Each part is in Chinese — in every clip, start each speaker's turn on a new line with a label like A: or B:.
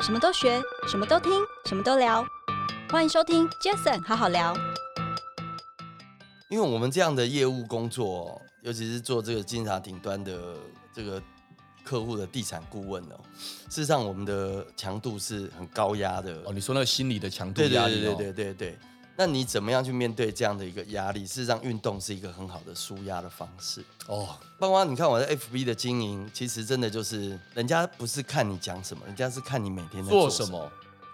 A: 什么都学，什么都听，什么都聊。欢迎收听 Jason 好好聊。
B: 因为我们这样的业务工作，尤其是做这个金字塔顶端的这个客户的地产顾问哦，事实上我们的强度是很高压的。
C: 哦，你说那个心理的强度
B: 对对
C: 压
B: 对
C: 力、
B: 对
C: 哦，
B: 对对对。那你怎么样去面对这样的一个压力？事实上，运动是一个很好的舒压的方式。
C: 哦，
B: 包括你看我在 FB 的经营，其实真的就是人家不是看你讲什么，人家是看你每天在
C: 做
B: 什
C: 什。么？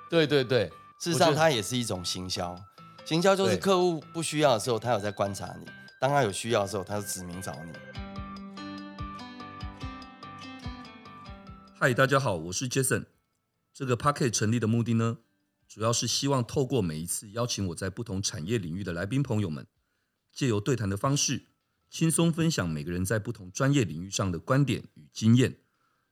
C: 对对对，
B: 事
C: 我
B: 实
C: 觉
B: 上，
C: 得
B: 它也是一种行销。行销就是
C: 对
B: 客户不需要的时候，他有在观察你；当他有需要的时候，他就指名找你。
D: 嗨，大家好，我是 Jason。这个 Pocket 成立的目的呢，主要是希望透过每一次邀请我在不同产业领域的来宾朋友们，借由对谈的方式，轻松分享每个人在不同专业领域上的观点与经验。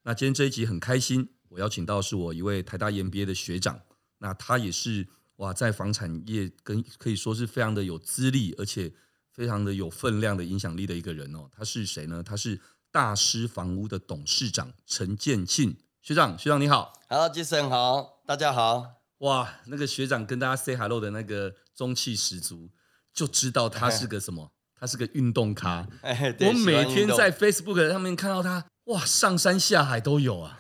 D: 那今天这一集很开心，我邀请到是我一位台大 MBA 的学长，那他也是哇，在房产业跟可以说是非常的有资历，而且非常的有分量的影响力的一个人哦。他是谁呢？他是大师房屋的董事长陈建庆学长。学长你好，
B: Hello，杰森好，大家好。
D: 哇，那个学长跟大家 say hello 的那个中气十足，就知道他是个什么，他是个运动咖。
B: 哎，对
D: 我每天在，
B: 喜欢运动
D: Facebook 上面看到他，哇，上山下海都 有啊。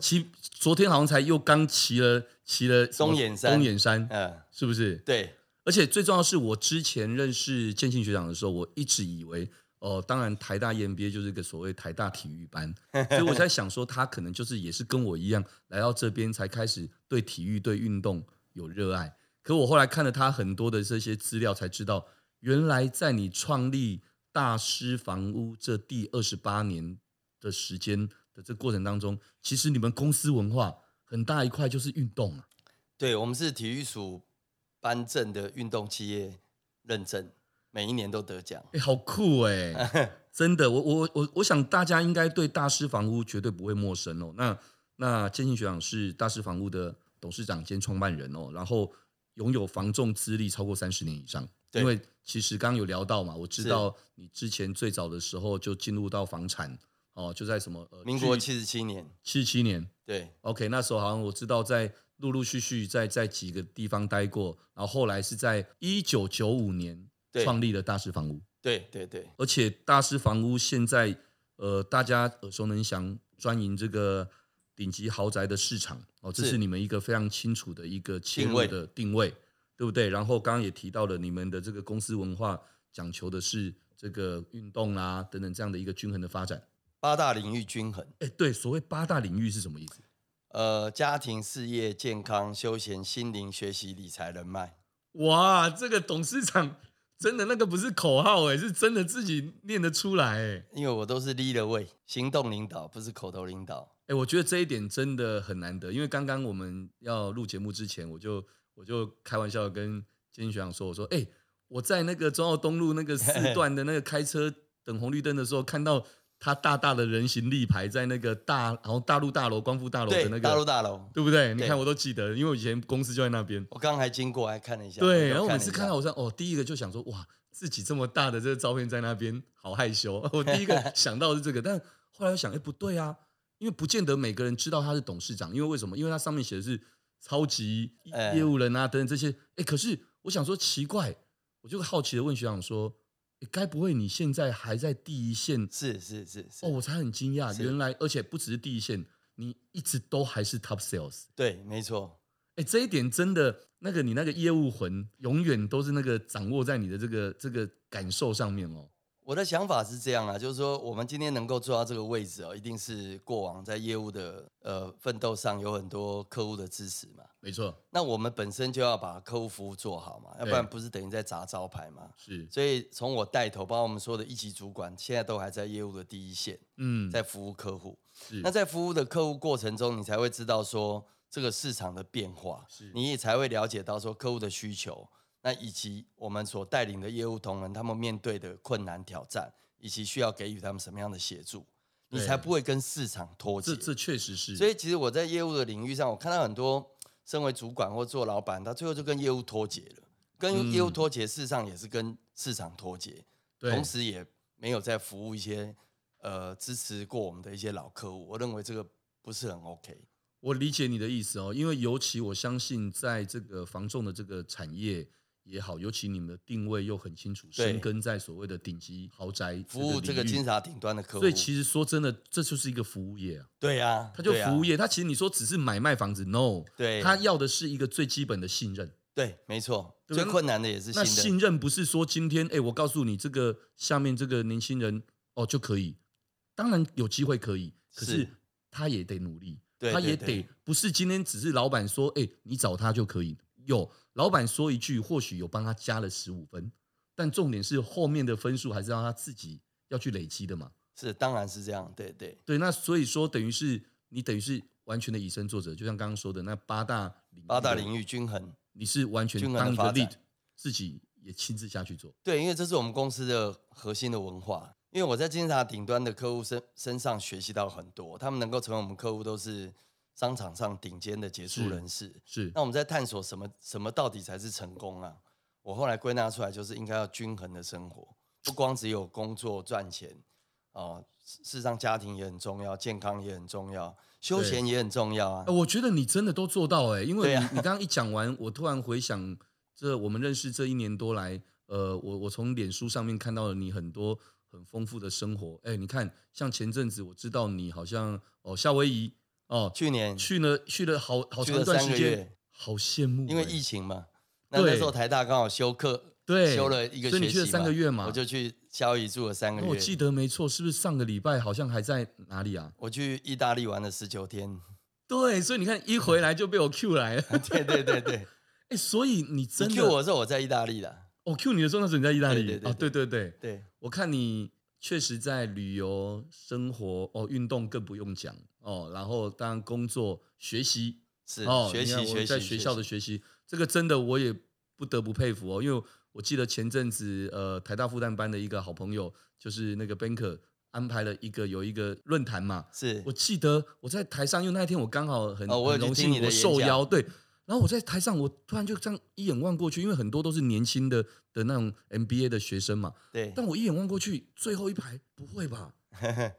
D: 骑昨天好像才又刚骑了骑了什么
B: 东眼山
D: 东眼山
B: 嗯，
D: 是不是？
B: 对，
D: 而且最重要的是，我之前认识建信学长的时候，我一直以为，哦、当然台大 EMBA 就是一个所谓台大体育班，所以我在想说，他可能就是也是跟我一样，来到这边才开始对体育、对运动有热爱。可我后来看了他很多的这些资料，才知道，原来在你创立大师房屋这第二十八年的时间的这过程当中，其实你们公司文化很大一块就是运动啊。
B: 对我们是体育署颁证的运动企业认证，每一年都得奖。
D: 哎、好酷哎、 真的，我我我我想大家应该对大师房屋绝对不会陌生哦。那那建信学长是大师房屋的董事长兼创办人哦，然后拥有房仲资历超过三十年以上。
B: 对
D: 因为其实刚刚有聊到嘛，我知道你之前最早的时候就进入到房产哦，就在什么、呃、
B: 民国七十七年，
D: 七七年
B: 对，
D: OK，那时候好像我知道在陆陆续续在在几个地方待过，然后后来是在一九九五年
B: 对
D: 创立了大师房屋。
B: 对，对，对，
D: 而且大师房屋现在呃，大家耳熟能详，专营这个顶级豪宅的市场哦，这
B: 是
D: 是你们一个非常清楚的一个切
B: 定
D: 入
B: 位
D: 的定位，对不对？然后刚刚也提到了你们的这个公司文化讲求的是这个运动啦、等等这样的一个均衡的发展。
B: 八大领域均衡，
D: 哎，对，所谓八大领域是什么意思？
B: 呃，家庭、事业、健康、休闲、心灵、学习、理财、人脉。
D: 哇，这个董事长真的那个不是口号哎，是真的自己念得出来哎。
B: 因为我都是 lead the way，行动领导，不是口头领导。
D: 哎、我觉得这一点真的很难得，因为刚刚我们要录节目之前，我就我就开玩笑跟建议学长说，我说，哎、我在那个中澳东路那 个四段的那个开车等红绿灯的时候，看到他大大的人行立牌在那个大，然后大陆大楼、光复大楼的
B: 对，
D: 那个，
B: 大陆大楼，
D: 对不对？你
B: 对
D: 看我都记得，因为我以前公司就在那边。
B: 我刚刚还经过，还看了一下。有
D: 对，然后我每
B: 了
D: 次
B: 一
D: 看
B: 下
D: 到我说哦，第一个就想说哇，自己这么大的这个照片在那边，好害羞。我第 一个想到的是这个，但后来我想，哎，不对啊，因为不见得每个人知道他是董事长，因为为什么？因为他上面写的是超级
B: 哎
D: 业务人啊等等这些。哎，可是我想说奇怪，我就好奇的问学长说，哎，该不会你现在还在第一线？
B: 是是是是，
D: 哦，我才很惊讶，
B: 是
D: 原来而且不只是第一线，你一直都还是 top sales。
B: 对，没错，
D: 哎，这一点真的，那个你那个业务魂，永远都是那个掌握在你的这个这个感受上面哦。
B: 我的想法是这样啊，就是说我们今天能够做到这个位置哦，一定是过往在业务的呃奋斗上有很多客户的支持嘛。
D: 没错，
B: 那我们本身就要把客户服务做好嘛，要不
D: 对
B: 然不是等于在砸招牌嘛。
D: 是，
B: 所以从我带头，包括我们说的一级主管，现在都还在业务的第一线，
D: 嗯，
B: 在服务客户。
D: 是
B: 那在服务的客户过程中，你才会知道说这个市场的变化
D: 是，
B: 你也才会了解到说客户的需求，那以及我们所带领的业务同仁他们面对的困难挑战，以及需要给予他们什么样的协助，你
D: 对
B: 才不会跟市场脱节
D: 这。这确实是，
B: 所以其实我在业务的领域上，我看到很多身为主管或做老板，他最后就跟业务脱节了，跟
D: 嗯
B: 业务脱节，事实上也是跟市场脱节。
D: 对
B: 同，时也没有在服务一些呃支持过我们的一些老客户，我认为这个不是很 OK。
D: 我理解你的意思哦，因为尤其我相信，在这个房仲的这个产业也好，尤其你们的定位又很清楚，
B: 对
D: 深耕在所谓的顶级豪宅
B: 服务这个
D: 领域
B: 金茶顶端的客户。
D: 所以其实说真的，这就是一个服务业啊，
B: 对啊，
D: 它就
B: 对啊
D: 服务业。它其实你说只是买卖房子，no，
B: 对
D: 它要的是一个最基本的信任。
B: 对，没错，
D: 对
B: 最
D: 吧
B: 困难的也是
D: 那
B: 信任。
D: 信任不是说今天，哎，我告诉你这个下面这个年轻人哦就可以，当然有机会可以，可
B: 是
D: 是他也得努力，
B: 对
D: 他
B: 对
D: 也
B: 对
D: 得不是今天只是老板说，哎，你找他就可以。有老板说一句，或许有帮他加了十五分，但重点是后面的分数还是让他自己要去累积的嘛。
B: 是，当然是这样。对对
D: 对，那所以说等于是你等于是完全的以身作则，就像刚刚说的那八大领域
B: 八大
D: 的
B: 领域均衡。
D: 你是完全
B: 均衡的
D: 当一个
B: 发展
D: lead，自己也亲自下去做。
B: 对，因为这是我们公司的核心的文化。因为我在金字塔顶端的客户身身上学习到很多，他们能够成为我们客户都是商场上顶尖的杰出
D: 是
B: 人士。
D: 是
B: 那我们在探索什么什么到底才是成功啊？我后来归纳出来，就是应该要均衡的生活，不光只有工作赚钱哦、事事实上家庭也很重要，健康也很重要，休
D: 对
B: 闲也很重要啊
D: 呃。我觉得你真的都做到哎、因为
B: 对
D: 你、
B: 啊
D: 你刚刚一讲完，我突然回想这我们认识这一年多来，呃，我我从脸书上面看到了你很多很丰富的生活。哎、你看，像前阵子我知道你好像哦夏威夷哦
B: 去年
D: 去了去了好好
B: 去
D: 长一
B: 了
D: 段
B: 三
D: 时
B: 个
D: 间
B: 月，
D: 好羡慕哎、
B: 因为疫情嘛，那
D: 对
B: 那时候台大刚好休课，
D: 对
B: 休了一个学期嘛，
D: 所以你去了三个月嘛
B: 我就去夏威夷住了三个
D: 那
B: 月。
D: 我记得没错，是不是上个礼拜好像还在哪里啊？
B: 我去意大利玩了十九天，
D: 对，所以你看一回来就被我 Q 来了。
B: 对对对对，
D: 哎、所以你 真
B: 你
D: 的
B: Q 我的时候我在意大利的，
D: 我 Q 你的时候，那时候你在意大利
B: 对对对
D: 啊？对对对，
B: 对
D: 我看你确实在旅游、生活哦，运动更不用讲哦，然后当然工作、学习
B: 是、
D: 哦，
B: 学习
D: 你看我
B: 学习
D: 在学校的
B: 习
D: 学习，这个真的我也不得不佩服哦，因为我记得前阵子呃，台大复旦班的一个好朋友，就是那个 Banker 安排了一个有一个论坛嘛，
B: 是
D: 我记得我在台上，因为那一天我刚好很、
B: 哦我有
D: 很
B: 去
D: 荣
B: 听
D: 幸
B: 你的
D: 我
B: 演
D: 受
B: 讲
D: 邀，对。然后我在台上，我突然就这样一眼望过去，因为很多都是年轻的的那种 MBA 的学生嘛。
B: 对，
D: 但我一眼望过去，最后一排不会 吧？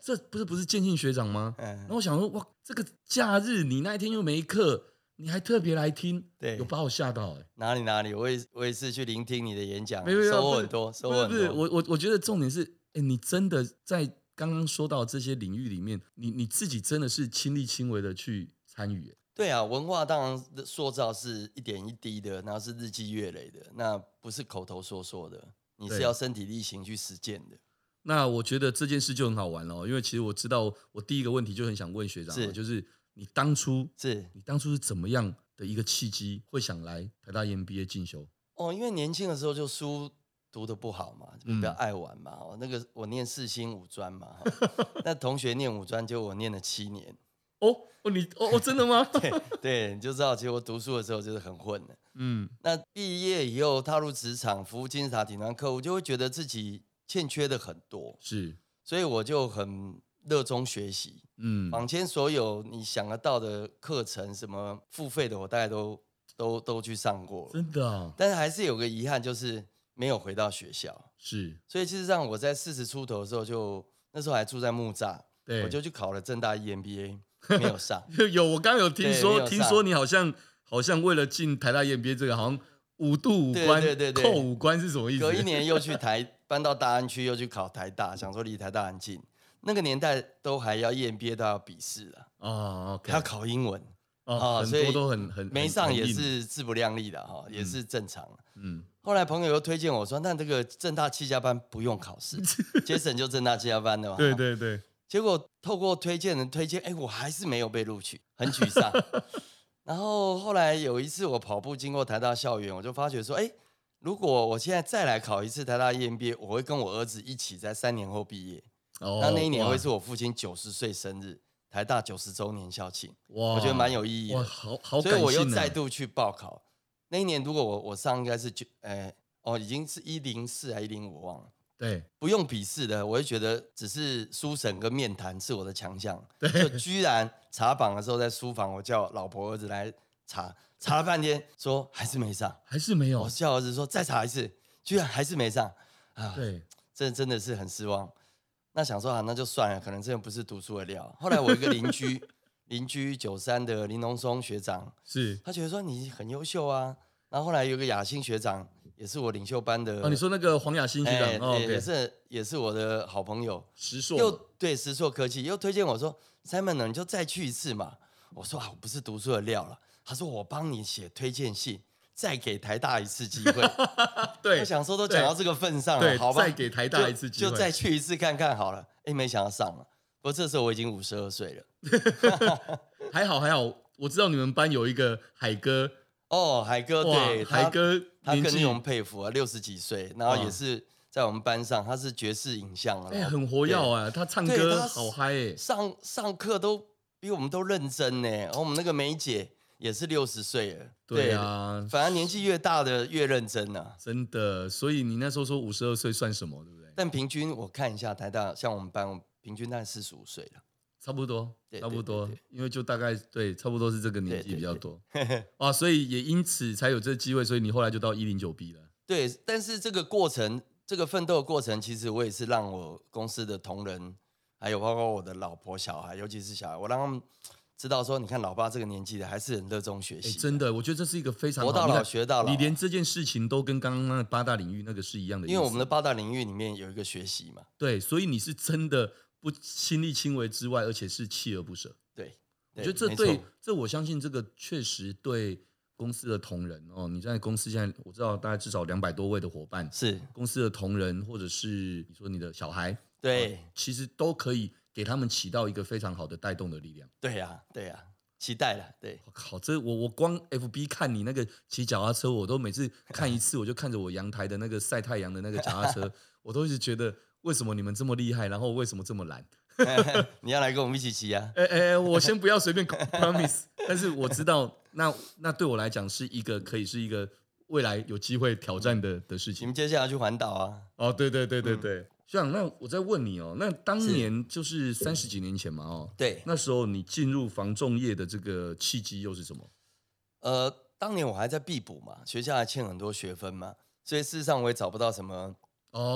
D: 这不是不是建信学长吗？然后
B: 嗯，
D: 我想说，哇，这个假日你那一天又没课，你还特别来听，
B: 对
D: 有把我吓到哎、
B: 哪里哪里，我也我也是去聆听你的演讲，
D: 没有没有
B: 收
D: 不
B: 获
D: 是
B: 很多，收
D: 不
B: 获
D: 是
B: 很
D: 不是，
B: 多。
D: 我我我觉得重点是，哎、你真的在刚刚说到这些领域里面，你你自己真的是亲力亲为的去参与、哎
B: 对啊，文化当然塑造是一点一滴的，然后是日积月累的，那不是口头说说的，你是
D: 对
B: 要身体力行去实践的。
D: 那我觉得这件事就很好玩了，因为其实我知道，我第一个问题就很想问学长哦，
B: 是
D: 就是你当初
B: 是
D: 你当初是怎么样的一个契机，会想来台大 E MBA 进修？
B: 哦，因为年轻的时候就书读的不好嘛，就比较
D: 嗯
B: 爱玩嘛。哦，那个我念四星五专嘛，哈 那同学念五专，就我念了七年。
D: 哦哦，你哦哦，真的吗？
B: 对对，你就知道，其实我读书的时候就是很混的。
D: 嗯，
B: 那毕业以后踏入职场，服务金字塔顶端客户，就会觉得自己欠缺的很多，
D: 是，
B: 所以我就很热衷学习。
D: 嗯，
B: 坊间所有你想得到的课程，什么付费的，我大概都都都去上过了。
D: 真的啊、
B: 但是还是有个遗憾，就是没有回到学校。
D: 是，
B: 所以其实上我在四十出头的时候就，那时候还住在木栅，
D: 对，
B: 我就去考了正大 E EMBA，没有上。
D: 有我刚刚有听
B: 对没
D: 说，
B: 有
D: 听
B: 上
D: 说你好像好像为了进台大 MBA 这个，好像五度五
B: 对
D: 关，
B: 对对对
D: 扣五关是什么意思？
B: 隔一年又去台搬到大安区，又去考台大， 想说离台大很近。那个年代都还要 EMBA 都要笔试了，
D: 哦
B: 还要
D: ，OK，
B: 考英文，啊
D: 哦，很
B: 所以
D: 多都很很
B: 没
D: 很
B: 上
D: 很
B: 也
D: 硬
B: 是自不量力的哈，也是正常。
D: 嗯。
B: 后来朋友又推荐我说，那这个正大七加班不用考 试，杰森就正大七加班的嘛。
D: 对对对，
B: 结果透过推荐人推荐，哎，我还是没有被录取，很沮 丧。然后后来有一次我跑步经过台大校园，我就发觉说，哎，如果我现在再来考一次台大 EMBA，我会跟我儿子一起在三年后毕业。
D: 哦
B: 那那一年
D: 哇
B: 会是我父亲九十岁生日，台大九十周年校庆，
D: 哇，
B: 我觉得蛮有意义
D: 哇，
B: 的。
D: 好好
B: 所
D: 感
B: 以
D: 性、啊，
B: 我又再度去报考。那一年如果我我上应该是九，哎，哦，已经是一零四还一零五忘了。
D: 对
B: 不用笔试的，我会觉得只是书审跟面谈是我的强项。就居然查榜的时候，在书房我叫老婆儿子来查，查了半天说还是没上，
D: 还是没有
B: 我，叫儿子说再查一次，居然还是没上啊！
D: 对
B: 这真的是很失望。那想说啊，那就算了，可能真的不是读书的料。后来我一个邻居，邻居九三的林龙松学长，
D: 是
B: 他觉得说你很优秀啊。然后后来有个雅欣学长，也是我领袖班的。
D: 哦，你说那个黄雅欣学长
B: 哎，
D: 哦
B: 也也
D: ，OK，
B: 是也是我的好朋友，
D: 石
B: 又
D: 硕，
B: 对石硕科技又推荐我说，Simon 呢，你就再去一次嘛。我说啊，我不是读书的料了。他说我帮你写推荐信，再给台大一次机会。
D: 对
B: 我想说都讲到这个份上了，
D: 对
B: 好，吧，
D: 再给台大一次机
B: 就，
D: 会，
B: 就再去一次看看好了。哎，没想到上了。不过这时候我已经五十二岁了。
D: 还好还好，我知道你们班有一个海哥，
B: 哦，海哥，对，
D: 哇，
B: 他
D: 海哥
B: 他
D: 年
B: 更
D: 纪
B: 令我们佩服啊，六十几岁，然后
D: 哇
B: 也是在我们班上，他是爵士影像啊，
D: 哎很活跃啊，他唱
B: 对
D: 歌
B: 他
D: 好嗨哎，
B: 上上课都比我们都认真呢。然后我们那个梅姐也是六十岁了，
D: 对，啊，
B: 反而年纪越大的越认真呢、啊。
D: 真的，所以你那时候说五十二岁算什么，对不对？
B: 但平均我看一下台大，像我们班，我们平均大概四十五岁了。
D: 差不多
B: 对，
D: 差
B: 对
D: 不
B: 对
D: 多
B: 对，
D: 因为就大概对，差不多是这个年
B: 对
D: 纪
B: 对
D: 比较多啊，所以也因此才有这个机会，所以你后来就到一零九 B 了。哎
B: 对，但是这个过程，这个奋斗的过程，其实我也是让我公司的同仁，还有包括我的老婆、小孩，尤其是小孩，我让他们知道说，你看老爸这个年纪的还是很热衷学
D: 哎，
B: 习，啊
D: 真的，我觉得这是一个非常
B: 活
D: 好
B: 到
D: 你
B: 老
D: 看
B: 学到老。啊
D: 你连这件事情都跟刚刚那八大领域那个是一样的意思，
B: 因为我们的八大领域里面有一个学习嘛，
D: 对，所以你是真的不亲力亲为之外，而且是锲而不舍。
B: 对，
D: 我觉得这
B: 没
D: 对
B: 错
D: 这我相信这个确实对公司的同仁哦，你在公司现在我知道大概至少两百多位的伙伴，
B: 是
D: 公司的同仁或者是你说你的小孩，啊
B: 对
D: 其实都可以给他们起到一个非常好的带动的力量。
B: 对呀、对呀、期待了， 对，
D: 我靠，这我我光 FB 看你那个骑脚踏车，我都每次看一次，我就看着我阳台的那个晒太阳的那个脚踏车， 我都一直觉得为什么你们这么厉害，然后为什么这么懒？
B: 你要来跟我们一起骑啊？
D: 哎哎，哎我先不要随便 promise，但是我知道，那那对我来讲是一个可以是一个未来有机会挑战的的事
B: 你
D: 情
B: 们。接下来去环岛啊？
D: 哦，对对对对
B: 嗯
D: 对，这样，那我再问你哦，那当
B: 是
D: 年就是三十几年前嘛，哦，
B: 对，
D: 那时候你进入防重业的这个契机又是什么？
B: 呃，当年我还在必补嘛，学校还欠很多学分嘛，所以事实上我也找不到什么。
D: 哦
B: 嗯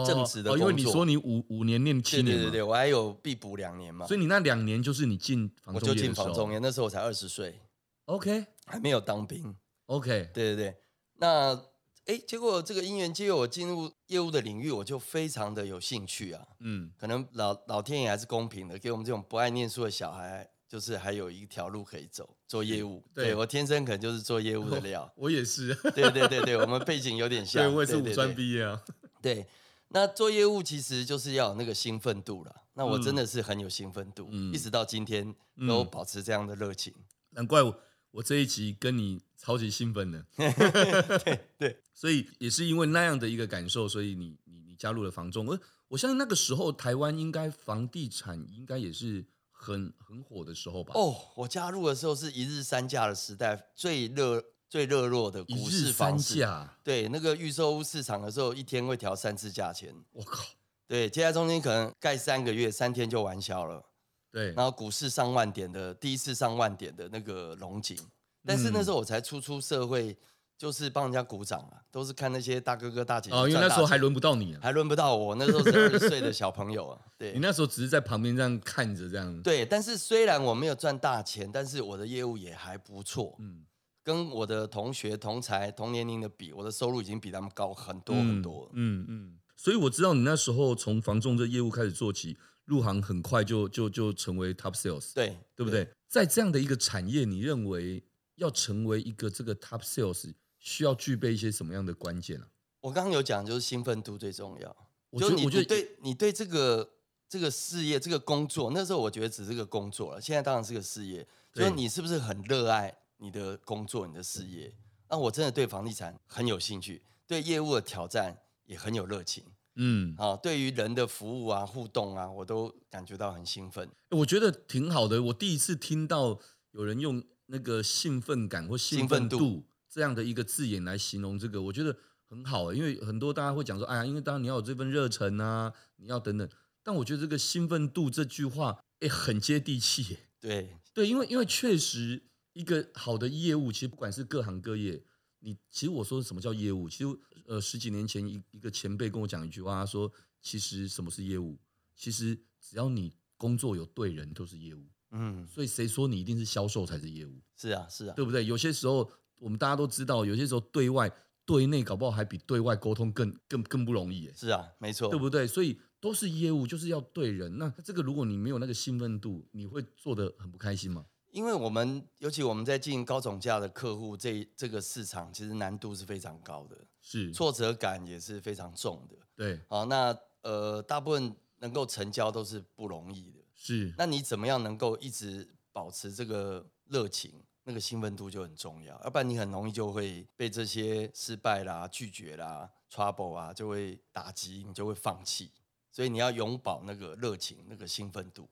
B: 正职的
D: 哦，因为
B: 工
D: 你
B: 作
D: 说你五五年念七
B: 对
D: 年
B: 对对
D: 嘛，
B: 对，我还有必补两年嘛，
D: 所以你那两年就是你进防
B: 我
D: 重
B: 就
D: 业
B: 进
D: 的时
B: 房
D: 候。
B: 中业，那时候我才二十岁，
D: OK
B: 还没有当兵。
D: OK，
B: 对对对，那哎，诶结果这个因缘机会，我进入业务的领域，我就非常的有兴趣啊。
D: 嗯，
B: 可能老老天爷还是公平的，给我们这种不爱念书的小孩，就是还有一条路可以走，做业务。
D: 嗯对。
B: 对我天生可能就是做业务的料
D: 我 也是，
B: 对对对对，我们背景有点像。
D: 对，我也是
B: 对
D: 五
B: 对
D: 专毕业啊。
B: 对，那做业务其实就是要有那个兴奋度了。那我
D: 嗯
B: 真的是很有兴奋度，
D: 嗯
B: 一直到今天
D: 嗯
B: 都保持这样的热情。
D: 难怪我我这一集跟你超级兴奋呢。
B: 对，
D: 所以也是因为那样的一个感受，所以你你你加入了房仲。而我相信那个时候台湾应该房地产应该也是很很火的时候吧？，
B: 哦，我加入的时候是一日三价的时代，最热最热络的
D: 一
B: 股
D: 日
B: 市
D: 三
B: 房市。
D: 价，
B: 对，那个预售屋市场的时候，一天会调三次价钱。
D: 我靠！
B: 对，接下来中间可能盖三个月，三天就完销了。
D: 对，
B: 然后股市上万点的第一次上万点的那个龙井，但是
D: 嗯
B: 那时候我才初出社会，就是帮人家鼓掌啊，都是看那些大哥哥大姐姐
D: 哦，因为
B: 赚
D: 那
B: 大
D: 时候还
B: 钱
D: 轮不到你啊，
B: 还轮不到我，那时候是二十岁的小朋友啊，
D: 你
B: 对。
D: 那时候只是在旁边这样看着这样。，
B: 对，但是虽然我没有赚大钱，但是我的业务也还不错，
D: 嗯，
B: 跟我的同学、同才、同年龄的比，我的收入已经比他们高很多很多了。
D: 嗯嗯嗯，所以我知道你那时候从房仲这业务开始做起，入行很快就就就成为 top sales，
B: 对，
D: 对不对？在这样的一个产业，你认为要成为一个这个 top sales，需要具备一些什么样的关键啊？
B: 我刚刚有讲，就是兴奋度最重要。
D: 我
B: 就是
D: 觉得，
B: 你
D: 我觉
B: 你
D: 得
B: 对你对这个这个事业这个工作，那时候我觉得只是个工作了，现在当然是个事业。
D: 对
B: 就是你是不是很热爱你的工作、你的事业？那我真的对房地产很有兴趣，对业务的挑战也很有热情
D: 嗯，
B: 啊。对于人的服务啊、互动啊，我都感觉到很兴奋。
D: 我觉得挺好的。我第一次听到有人用那个兴奋感或兴奋
B: 兴奋
D: 度这样的一个字眼来形容这个，我觉得很好、欸因为很多大家会讲说，哎呀，因为当然你要有这份热忱啊，你要等等。但我觉得这个兴奋度这句话，哎，很接地气欸耶、
B: 对，
D: 对，因为因为确实一个好的业务，其实不管是各行各业，你其实我说什么叫业务，其实呃十几年前一一个前辈跟我讲一句话，他说其实什么是业务，其实只要你工作有对人，都是业务。
B: 嗯，
D: 所以谁说你一定是销售才是业务，
B: 是啊，是啊，
D: 对不对？有些时候我们大家都知道，有些时候对外对内搞不好还比对外沟通更更更不容易耶，
B: 是啊，没错，
D: 对不对？所以都是业务，就是要对人。那这个如果你没有那个兴奋度，你会做的很不开心吗？
B: 因为我们尤其我们在进高总价的客户这这个市场，其实难度是非常高的，
D: 是，
B: 挫折感也是非常重的。
D: 对，
B: 好，那呃，大部分能够成交都是不容易的。
D: 是，
B: 那你怎么样能够一直保持这个热情？那个兴奋度就很重要，要不然你很容易就会被这些失败啦、拒绝啦、trouble 啊，就会打击，你就会放弃。所以你要永葆那个热情、那个兴奋度。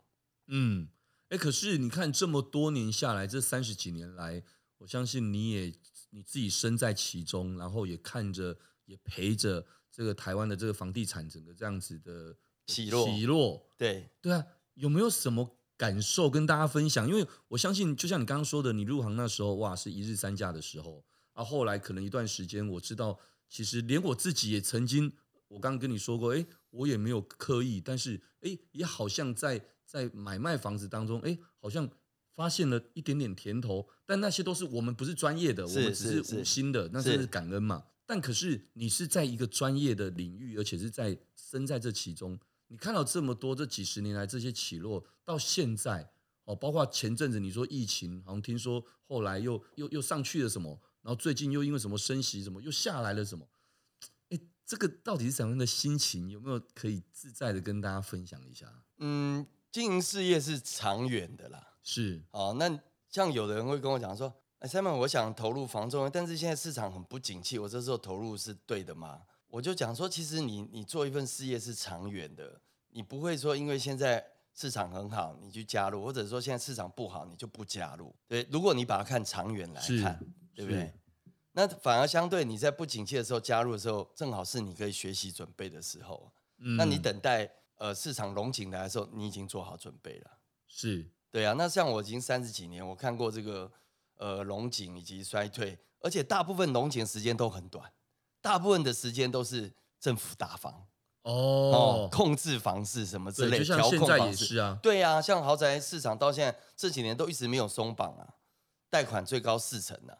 D: 嗯，哎，可是你看这么多年下来，这三十几年来，我相信你也你自己身在其中，然后也看着，也陪着这个台湾的这个房地产整个这样子的
B: 起落
D: 起落，
B: 对，
D: 对啊，有没有什么感受跟大家分享？因为我相信，就像你刚刚说的，你入行那时候，哇，是一日三价的时候啊。后来可能一段时间，我知道，其实连我自己也曾经，我刚刚跟你说过，哎，我也没有刻意，但是哎，也好像在在买卖房子当中，哎，好像。发现了一点点甜头，但那些都是我们不是专业的，我
B: 是
D: 们只
B: 是
D: 是无
B: 是
D: 心的，那真
B: 是
D: 是感恩嘛。但可是你是在一个专业的领域，而且是在身在这其中，你看到这么多这几十年来这些起落，到现在哦，包括前阵子你说疫情，好像听说后来又又又上去了什么，然后最近又因为什么升息什么又下来了什么，哎，这个到底是怎样的心情？有没有可以自在的跟大家分享一下？
B: 嗯，经营事业是长远的啦。
D: 是
B: 哦，那像有的人会跟我讲说，哎，Simon，我想投入房仲，但是现在市场很不景气，我这时候投入是对的吗？我就讲说，其实你你做一份事业是长远的，你不会说因为现在市场很好你去加入，或者说现在市场不好你就不加入。对，如果你把它看长远来
D: 是
B: 看，对不
D: 是
B: 对？那反而相对你在不景气的时候加入的时候，正好是你可以学习准备的时候。
D: 嗯
B: 那你等待呃市场龙井来的时候，你已经做好准备了。
D: 是
B: 对啊，那像我已经三十几年，我看过这个呃龙井以及衰退，而且大部分龙井时间都很短，大部分的时间都是政府打房哦
D: 哦，
B: 控制房市什么之
D: 对，
B: 类，
D: 就像
B: 调
D: 现
B: 控
D: 在
B: 房
D: 也
B: 市。
D: 是啊，
B: 对啊，像豪宅市场到现在这几年都一直没有松绑啊，贷款最高四成啊，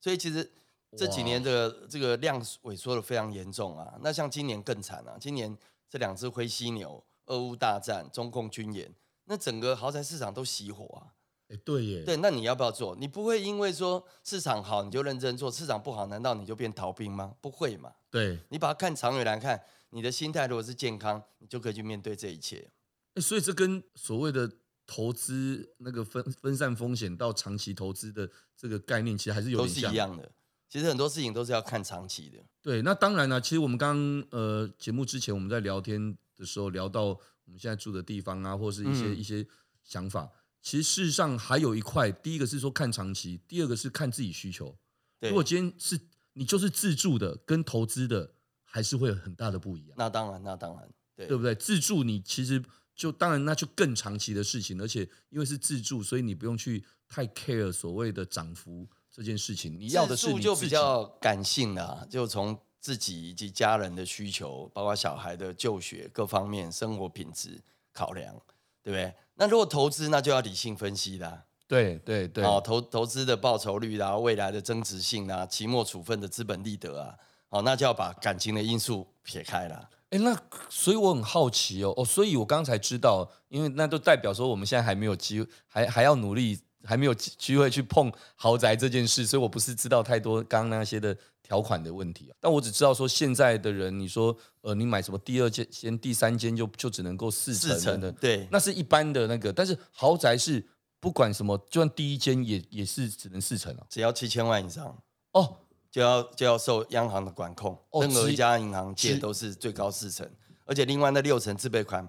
B: 所以其实这几年的这个量萎缩的非常严重啊。那像今年更惨啊，今年这两只灰犀牛、俄乌大战、中共军演，那整个豪宅市场都熄火啊。
D: 哎，对耶，
B: 对，那你要不要做？你不会因为说市场好你就认真做，市场不好难道你就变逃兵吗？不会嘛！
D: 对，
B: 你把它看长远来看，你的心态如果是健康，你就可以去面对这一切。
D: 欸所以这跟所谓的投资那个分分散风险到长期投资的这个概念，其实还是有
B: 都
D: 点
B: 是
D: 像。
B: 一样的。其实很多事情都是要看长期的。
D: 对，那当然了、其实我们刚刚呃节目之前我们在聊天的时候聊到我们现在住的地方啊，或是一些、
B: 嗯
D: 一些想法。其实事实上还有一块，第一个是说看长期，第二个是看自己需求。
B: 对
D: 如，果今天是你就是自住的，跟投资的还是会有很大的不一样。
B: 那当然，那当然，对，
D: 对不对？自助你其实就当然那就更长期的事情，而且因为是自助，所以你不用去太 care 所谓的涨幅这件事情。你要的
B: 自
D: 是
B: 助
D: 你
B: 就
D: 自
B: 比
D: 己
B: 较感性啦、就从自己以及家人的需求，包括小孩的就学各方面、生活品质考量，对不对？那如果投资，那就要理性分析啦、
E: 对对对，
B: 哦，投投资的报酬率啊，未来的增值性啊，期末处分的资本利得啊，哦，那就要把感情的因素撇开了。
E: 哎，那所以我很好奇哦，哦，所以我刚才知道，因为那就代表说我们现在还没有机会，还还要努力，还没有机机会去碰豪宅这件事，所以我不是知道太多刚刚那些的条款的问题啊但我只知道说现在的人，你说呃，你买什么第二间、先第三间就就只能够四
B: 四
E: 成
B: 成
E: 的，
B: 对，
E: 那是一般的那个，但是豪宅是不管什么，就算第一间也也是只能四成啊。
B: 只要七千万以上，
E: 哦，
B: 就要就要受央行的管控，
E: 哦
B: 任何
E: 只
B: 一家银行借
E: 只
B: 都是最高四成，而且另外那六成自备款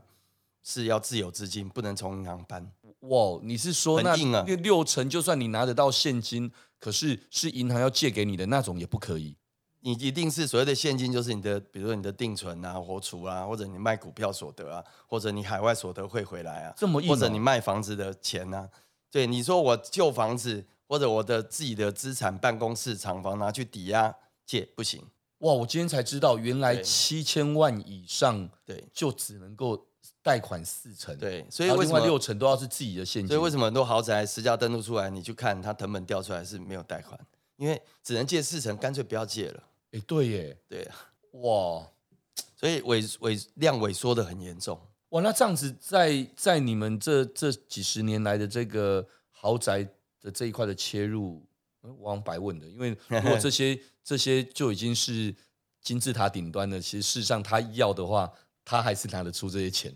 B: 是要自有资金，不能从银行搬。
E: 哇，你是说
B: 很
E: 那
B: 硬啊
E: 那六成，就算你拿得到现金，可是是银行要借给你的那种也不可以。
B: 你一定是所谓的现金，就是你的，比如说你的定存啊、活储啊，或者你卖股票所得啊，或者你海外所得汇回来啊，
E: 这么硬哦
B: 或者你卖房子的钱啊。对，你说我旧房子或者我的自己的资产、办公室、厂房拿去抵押借不行。
E: 哇，我今天才知道，原来
B: 对
E: 七千万以上
B: 对
E: 就只能够
D: 贷款四成，
B: 对所以
D: 然后
B: 为
D: 另
B: 什
D: 外
B: 么
D: 六成都要是自己的现金。
B: 所以为什
D: 么？
B: 么很多豪宅实价登录出来，你去看它成本调出来是没有贷款，因为只能借四成，干脆不要借了。
D: 哎，对耶，
B: 对啊，
D: 哇
B: 所以萎萎量萎缩的很严重。
D: 哇，那这样子在在你们这这几十年来的这个豪宅的这一块的切入，呃我好像白问的，因为如果这 些这些就已经是金字塔顶端的，其实事实上他要的话，他还是拿得出这些钱。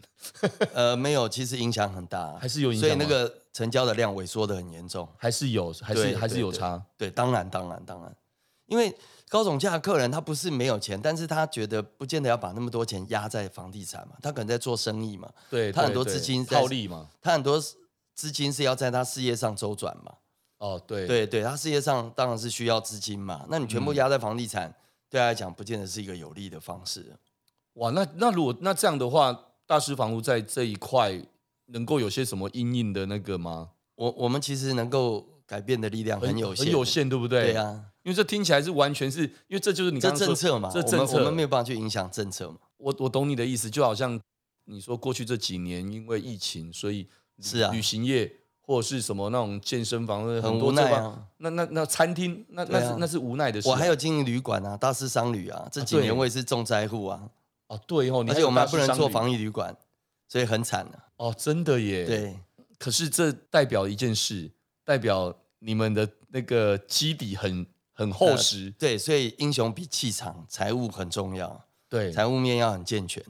B: 呃，没有，其实影响很大，
D: 还是有影响
B: 啊所以
D: 吗
B: 那个成交的量萎缩的很严重。
D: 还是有，还
B: 对
D: 是还是
B: 对
D: 有
B: 对
D: 差。
B: 对，当然，当然，当然，因为高总价的客人他不是没有钱，但是他觉得不见得要把那么多钱压在房地产嘛，他可能在做生意嘛，
D: 对，
B: 他很
D: 对
B: 多
D: 对
B: 资金在
D: 套利嘛。
B: 他很多资金是要在他事业上周转嘛。
D: 哦，对，
B: 对对，他事业上当然是需要资金嘛，那你全部压在房地产，
D: 嗯
B: 对他来讲不见得是一个有利的方式。
D: 哇，那那如果那这样的话，大师房屋在这一块能够有些什么阴应的那个吗？
B: 我我们其实能够改变的力量很有限，
D: 很有，限，对不对？
B: 对啊。
D: 因为这听起来是完全是因为这就是你
B: 这
D: 刚刚
B: 政
D: 说
B: 策嘛，
D: 这政
B: 我们我们没
D: 策。
B: 有办法去影响政策嘛。
D: 我我懂你的意思，就好像你说过去这几年因为疫情，所以
B: 是啊
D: 旅行业或者是什么那种健身房
B: 很
D: 多
B: 无奈
D: 这方
B: 啊。
D: 那那那餐厅，那、
B: 对
D: 那
B: 啊
D: 是那是无奈的事啊。
B: 我还有经营旅馆啊，大师商旅啊，这几
D: 对
B: 年我也是重灾户啊，
D: 哦，对哦，你
B: 而且
D: 有
B: 我们
D: 大
B: 还不
D: 师
B: 能
D: 商
B: 做
D: 旅
B: 防疫旅馆，所以很惨啊。
D: 哦，真的耶。
B: 对，
D: 可是这代表一件事，代表你们的那个基底很很厚
B: 呃
D: 实，
B: 对，所以英雄比气场，财务很重要，
D: 对，哎、
B: 财务面要很健全。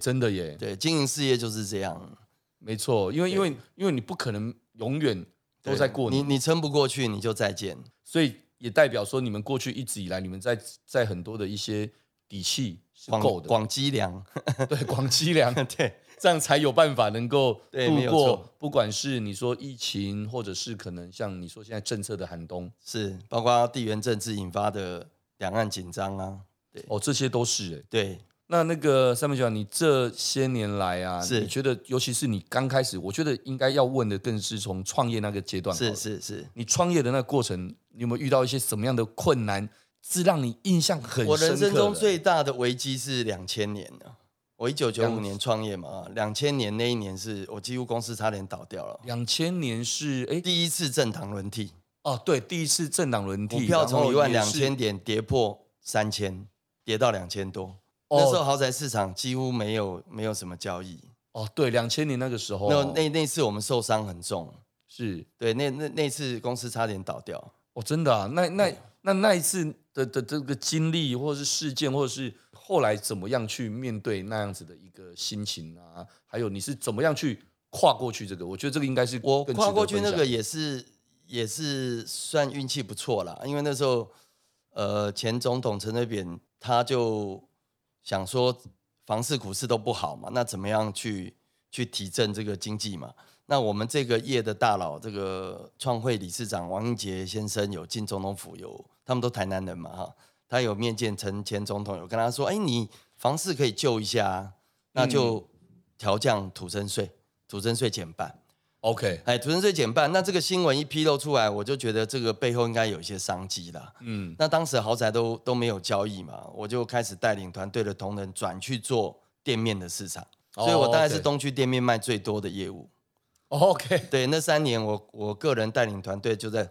D: 真的耶，
B: 对，经营事业就是这样，
D: 没错，因为因为因为你不可能永远都在过
B: 对
D: 年，
B: 你你撑不过去，你就再见。
D: 所以也代表说你们过去一直以来，你们在在很多的一些底气是
B: 广
D: 够的，
B: 广积粮，
D: 对， 广积粮，
B: 对
D: 这样才有办法能够
B: 对
D: 度
B: 没有
D: 过
B: 错，
D: 不管是你说疫情，或者是可能像你说现在政策的寒冬，
B: 是包括地缘政治引发的两岸紧张啊，
D: 哦，这些都是、欸。
B: 对，
D: 那那个三本九，你这些年来啊，
B: 是
D: 你觉得，尤其是你刚开始，我觉得应该要问的更是从创业那个阶段。
B: 是，是是。
D: 你创业的那个过程，你有没有遇到一些什么样的困难，是让你印象很深刻
B: 我人生
D: 的欸
B: 中最大的危机是两千年呢、我一九九
D: 两
B: 五年创业嘛，啊，两千年那一年是我几乎公司差点倒掉了，
D: 两千年是哎
B: 第一次政党轮替，
D: 哦对，第一次政党轮
B: 股
D: 替，
B: 票
D: 然
B: 从
D: 后
B: 一万
D: 也
B: 两
D: 是
B: 千点跌破三千，跌到两千多。
D: 哦
B: 那时候豪宅市场几乎没有没有什么交易，
D: 哦对，两千年那个时候，
B: 那那那次我们受伤很重，
D: 是
B: 对，那那那次公司差点倒掉，
D: 哦真的啊，那那那那一次的的这个经历，或者是事件，或者是后来怎么样去面对那样子的一个心情啊，还有你是怎么样去跨过去这个？我觉得这个应该是
B: 我
D: 更
B: 跨
D: 值得
B: 过去
D: 分
B: 那
D: 享
B: 个也是也是算运气不错啦，因为那时候呃前总统陈水扁他就想说房市股市都不好嘛，那怎么样去去提振这个经济嘛？那我们这个业的大佬，这个创会理事长王英杰先生有进总统府，有他们都台南人嘛哈，他有面见陈前总统，有跟他说，哎，你房市可以救一下、啊，那
D: 嗯
B: 就调降土增税，土增税减半。
D: OK，
B: 哎，土城税减半，那这个新闻一披露出来，我就觉得这个背后应该有一些商机啦。
D: 嗯，
B: 那当时豪宅都都没有交易嘛，我就开始带领团队的同仁转去做店面的市场，
D: 哦
B: 所以我大概是东区店面卖最多的业务。
D: 哦 OK，
B: 对，那三年我我个人带领团队就在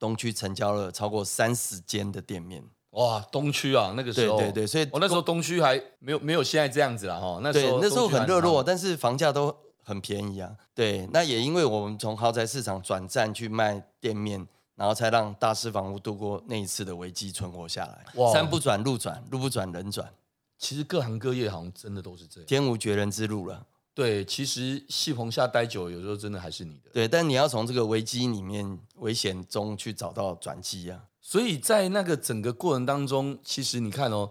B: 东区成交了超过三十间的店面。
D: 哇，东区啊，那个时
B: 对
D: 候，
B: 对对，所以
D: 我、那时候东区还没有没有现在这样子了哈，那时
B: 对
D: 候
B: 那时候
D: 东区还
B: 很热
D: 好
B: 络，，但是房价都很便宜啊。对，那也因为我们从豪宅市场转战去卖店面，然后才让大师房屋度过那一次的危机，存活下来。
D: 哇哦
B: 山不转路转，路不转人转，
D: 其实各行各业好像真的都是这样。
B: 天无绝人之路了。
D: 对，其实戏棚下待久，了，有时候真的还是你的。
B: 对，但你要从这个危机里面、危险中去找到转机啊。
D: 所以在那个整个过程当中，其实你看哦，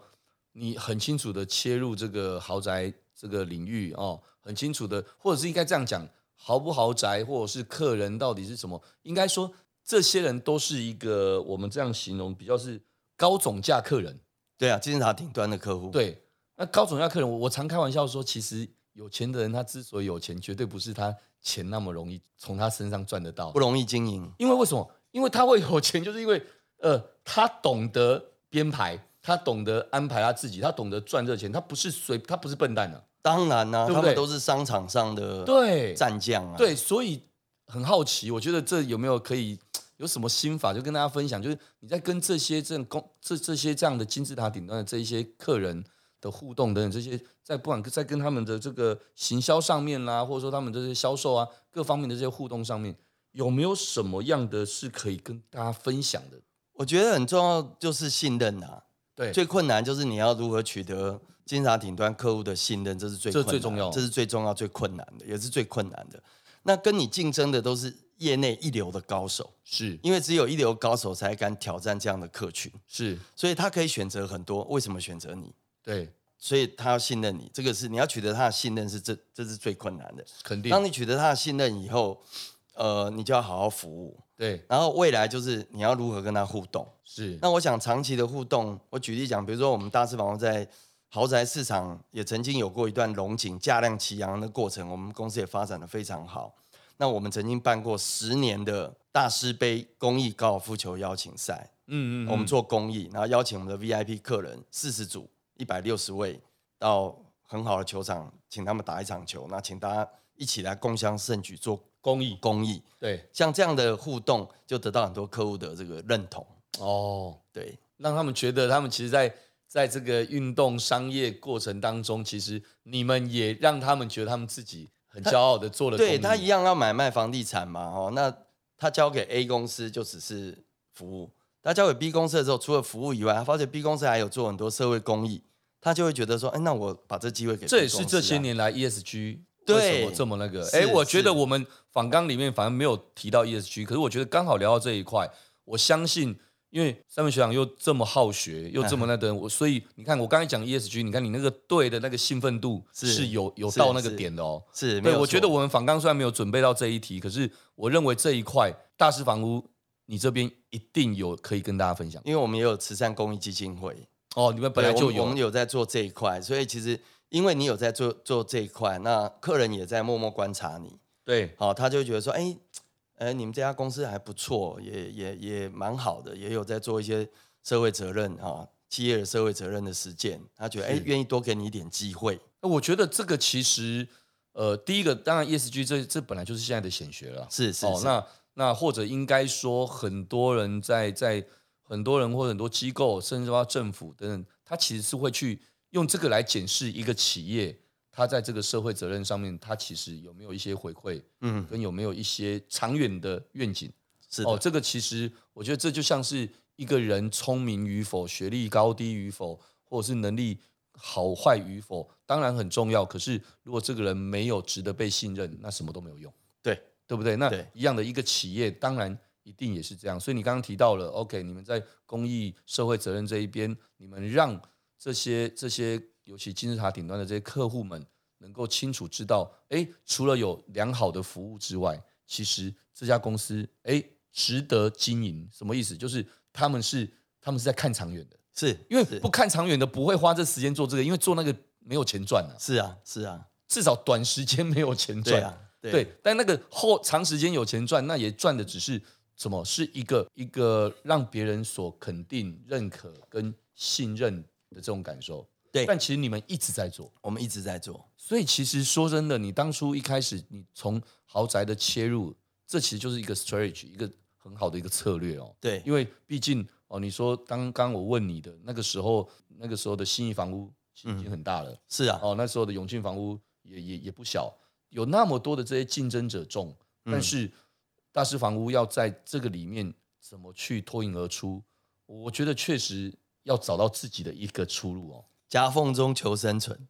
D: 你很清楚的切入这个豪宅这个领域哦，很清楚的，或者是应该这样讲，豪不豪宅，或者是客人到底是什么？应该说，这些人都是一个我们这样形容，比较是高总价客人。
B: 对啊，金字塔顶端的客户。，
D: 对，那高总价客人，我我常开玩笑说，其实有钱的人他之所以有钱，绝对不是他钱那么容易从他身上赚得到
B: 不，容易经营。
D: 因为为什么？因为他会有钱，就是因为呃，他懂得编排，他懂得安排他自己，他懂得赚这钱，他不是随他不是笨蛋啊，
B: 当然啦、
D: 对不
B: 他
D: 对
B: 们都是商场上的
D: 对
B: 战将啊。
D: 对，所以很好奇，我觉得这有没有可以有什么心法，就跟大家分享，就是你在跟这些这种公这这些这样的金字塔顶端的这一些客人的互动等等，这些在不管在跟他们的这个行销上面啦，或者说他们这些销售啊各方面的这些互动上面，有没有什么样的是可以跟大家分享的？
B: 我觉得很重要就是信任啊。
D: 对，
B: 最困难就是你要如何取得金字塔顶端客户的信任，这是最
D: 这
B: 困难
D: 最重要
B: 这是最重要、最困难的，也是最困难的。那跟你竞争的都是业内一流的高手，
D: 是
B: 因为只有一流高手才敢挑战这样的客群，
D: 是，
B: 所以他可以选择很多。为什么选择你？
D: 对，
B: 所以他要信任你，这个是你要取得他的信任是这这是最困难的。
D: 肯定
B: 当你取得他的信任以后，呃，你就要好好服务，
D: 对
B: 然后未来就是你要如何跟他互动。
D: 是
B: 那我想长期的互动，我举例讲，比如说我们大师房屋在豪宅市场也曾经有过一段龙井价量齐扬的过程，我们公司也发展的非常好。那我们曾经办过十年的大师杯公益高尔夫球邀请赛，
D: 嗯嗯，
B: 我们做公益，然后邀请我们的 VIP 客人四十组，一百六十位到很好的球场，请他们打一场球，那请大家一起来共襄盛举做
D: 公益，
B: 公益。
D: 对
B: 像这样的互动，就得到很多客户的这个认同。
D: 哦。
B: 对，
D: 让他们觉得他们其实在，在这个运动商业过程当中，其实你们也让他们觉得他们自己很骄傲的做了公益。
B: 对他一样要买卖房地产嘛，哦，那他交给 A 公司就只是服务，他交给 B 公司的时候，除了服务以外，他发现 B 公司还有做很多社会公益，他就会觉得说，哎，那我把这机会给 B 公司啊、
D: 这也是这些年来 ESG
B: 对
D: 为什么这么那个？
B: 是
D: 哎，我觉
B: 是
D: 得我们访纲里面反正没有提到 ESG，可是我觉得刚好聊到这一块，我相信。因为三位学长又这么好学，又这么那
B: 嗯
D: 个，我所以你看，我刚才讲 ESG，你看你那个对的那个兴奋度
B: 是
D: 是有有
B: 是
D: 到那个
B: 是
D: 点的哦。
B: 是，没
D: 对，
B: 有
D: 我觉得
B: 错
D: 我们访纲虽然没有准备到这一题，可是我认为这一块大师房屋，你这边一定有可以跟大家分享。
B: 因为我们也有慈善公益基金会，
D: 哦，你们本来
B: 对啊
D: 就
B: 我们我
D: 有
B: 们，有在做这一块，所以其实因为你有在做做这一块，那客人也在默默观察你，
D: 对，
B: 好、他就会觉得说，哎、呃，你们这家公司还不错，也也也蛮好的，也有在做一些社会责任啊、企业的社会责任的实践。他觉得，哎、
D: 是
B: 愿意多给你一点机会，
D: 那我觉得这个其实，呃，第一个当然 ESG 这这本来就是现在的显学了，
B: 是是
D: 哦，
B: 是
D: 那那或者应该说，很多人在在很多人或者很多机构，甚至说政府等等，他其实是会去用这个来检视一个企业，它在这个社会责任上面，它其实有没有一些回馈，
B: 嗯，
D: 跟有没有一些长远的愿景。
B: 是的，
D: 哦，这个其实我觉得这就像是一个人聪明与否、学历高低与否，或者是能力好坏与否，当然很重要。可是如果这个人没有值得被信任，那什么都没有用，
B: 对，
D: 对不对？那
B: 对
D: 一样的一个企业，当然一定也是这样。所以你刚刚提到了，OK，你们在公益、社会责任这一边，你们让这些这些，尤其金字塔顶端的这些客户们，能够清楚知道，哎，除了有良好的服务之外，其实这家公司哎值得经营。什么意思？就是他们是他们是在看长远的，
B: 是
D: 因为
B: 是
D: 不看长远的不会花这时间做这个，因为做那个没有钱赚啊，
B: 是啊是啊，
D: 至少短时间没有钱
B: 对
D: 赚。
B: 啊对
D: 对，但那个后长时间有钱赚，那也赚的只是什么？是一个一个让别人所肯定、认可跟信任的这种感受。
B: 对
D: 但其实你们一直在做，
B: 我们一直在做，
D: 所以其实说真的，你当初一开始你从豪宅的切入，这其实就是一个 strategy，一个很好的一个策略哦。
B: 对
D: 因为毕竟哦，你说刚刚我问你的那个时候，那个时候的新义房屋其实已经很大了、
B: 是啊
D: 哦，那时候的永庆房屋也也也不小，有那么多的这些竞争者众，但
B: 嗯
D: 是大师房屋要在这个里面怎么去脱颖而出，我觉得确实要找到自己的一个出路 哦。
B: 夹缝中求生存，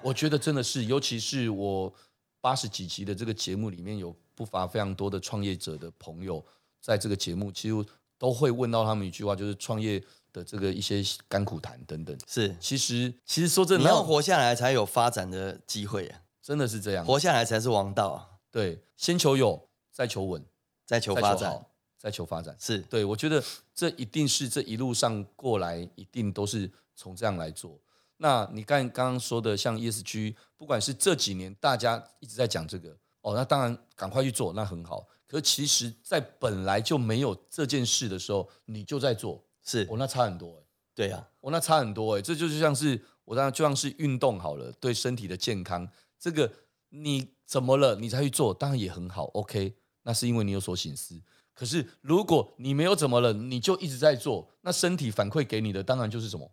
D: 我觉得真的是，尤其是我八十几集的这个节目里面，有不乏非常多的创业者的朋友，在这个节目其实都会问到他们一句话，就是创业的这个一些甘苦谈等等。
B: 是
D: 其实，其实说真
B: 你
D: 的，
B: 要活下来才有发展的机会啊，
D: 真的是这样。
B: 活下来才是王道啊，
D: 对，先求有，再求稳，
B: 再求
D: 再
B: 发
D: 求
B: 展
D: 好，再求发展。
B: 是
D: 对，我觉得这一定是这一路上过来，一定都是从这样来做。那你看刚刚说的，像 ESG，不管是这几年大家一直在讲这个，哦，那当然赶快去做，那很好。可其实，在本来就没有这件事的时候，你就在做，
B: 是
D: 哦，，那差很多哎、欸
B: 对啊，
D: 哦，那差很多哎、这就就像是我当然就像是运动好了，对身体的健康，这个你怎么了，你才去做，当然也很好，OK，那是因为你有所醒思。可是如果你没有怎么了，你就一直在做，那身体反馈给你的当然就是什么，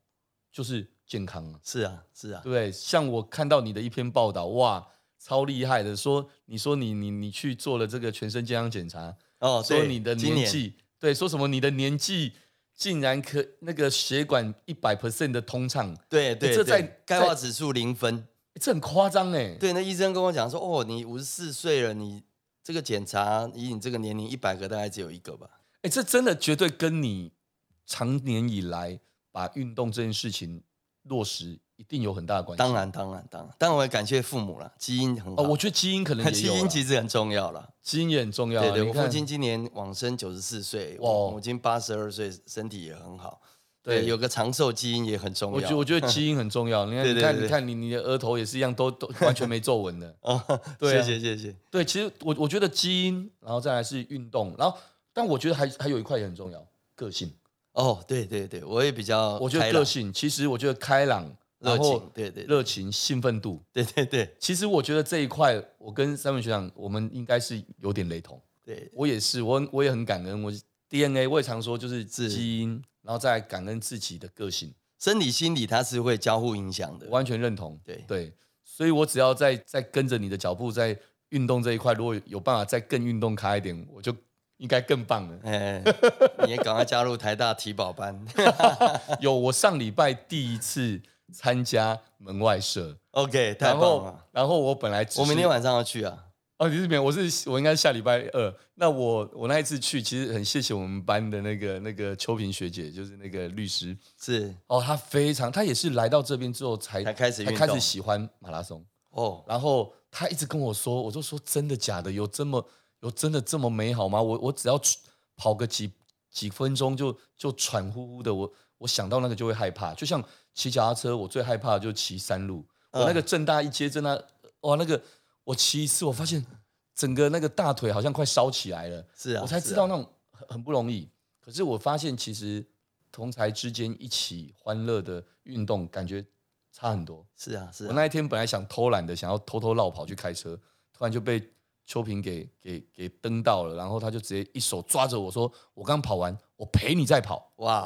D: 就是健康啊。
B: 是啊，是啊
D: 对，不对？像我看到你的一篇报道，哇，超厉害的，说你说你你你去做了这个全身健康检查，
B: 哦，
D: 说
B: 对
D: 你的
B: 今
D: 年
B: 年
D: 纪，对，说什么你的年纪竟然可那个血管一百 percent 的通畅，
B: 对对，对
D: 这在
B: 钙
D: 在
B: 化指数零分。
D: 这很夸张哎、
B: 对，那医生跟我讲说，哦，你五十四岁了，你这个检查以你这个年龄，一百个大概只有一个吧。
D: 哎，这真的绝对跟你常年以来把运动这件事情落实一定有很大的关系。
B: 当然，当然，当然，当然我也感谢父母了，基因很好。
D: 哦，我觉得基因可能 也
B: 基
D: 有
B: 因
D: 啦
B: 其实很重要 了。
D: 基因也很重要啊。
B: 对对，
D: 你
B: 我父
D: 看
B: 亲今年往生九十四岁，
D: 哇
B: 我母亲八十二岁，身体也很好。
D: 对
B: 对，有个长寿基因也很重要。
D: 我觉我觉得基因很重要。你看，
B: 对
D: 你
B: 对
D: 看，
B: 对。
D: 你看，你你的额头也是一样，都都完全没皱纹的
B: 哦，
D: 对啊
B: 谢谢谢谢。
D: 对，其实我我觉得基因，然后再来是运动，然后但我觉得还还有一块也很重要，个性。
B: 哦，对对对，我也比哦较开朗，
D: 我觉得个性，其实我觉得开朗、
B: 热
D: 然后
B: 情，对对对
D: 热情、兴奋度，
B: 对对对
D: 其实我觉得这一块，我跟三位学长，我们应该是有点雷同。
B: 对，
D: 我也是，我很我也很感恩，我 DNA 我也常说就是
B: 是
D: 基因，然后再来感恩自己的个性。
B: 生理心理它是会交互影响的
D: 我。完全认同。
B: 对。
D: 对，所以我只要在在跟着你的脚步，在运动这一块，如果有办法再更运动开一点，我就应该更棒了
B: 哎，你也赶快加入台大体保 班。
D: 有，我上礼拜第一次参加门外社，
B: OK，太
D: 然
B: 棒了
D: 后。然后我本来只
B: 我明
D: 是
B: 天晚上要去啊。
D: 哦，你是没有，我是我应该是下礼拜二。那我我那一次去，其实很谢谢我们班的那个那个秋萍学姐，就是那个律师
B: 是
D: 哦，她非常，她也是来到这边之后才
B: 才开始
D: 才
B: 运
D: 开始
B: 动
D: 喜欢马拉松。
B: 哦，
D: 然后他一直跟我说，我就说真的假的？有这么有真的这么美好吗？我我只要出跑个几几分钟就就喘呼呼的，我我想到那个就会害怕。就像骑脚踏车，我最害怕的就是骑山路。
B: 嗯
D: 我那个正大一街正大，哇，那个我骑一次，我发现整个那个大腿好像快烧起来了，
B: 是啊，
D: 我才
B: 是
D: 知道
B: 啊
D: 那种很很不容易。可是我发现其实同才之间一起欢乐的运动，感觉差很多。
B: 是啊是
D: 我
B: 啊，
D: 那一天本来想偷懒的，想要偷偷绕跑去开车，突然就被秋萍给给给蹬到了，然后他就直接一手抓着我说：“我刚跑完，我陪你再跑。
B: 哇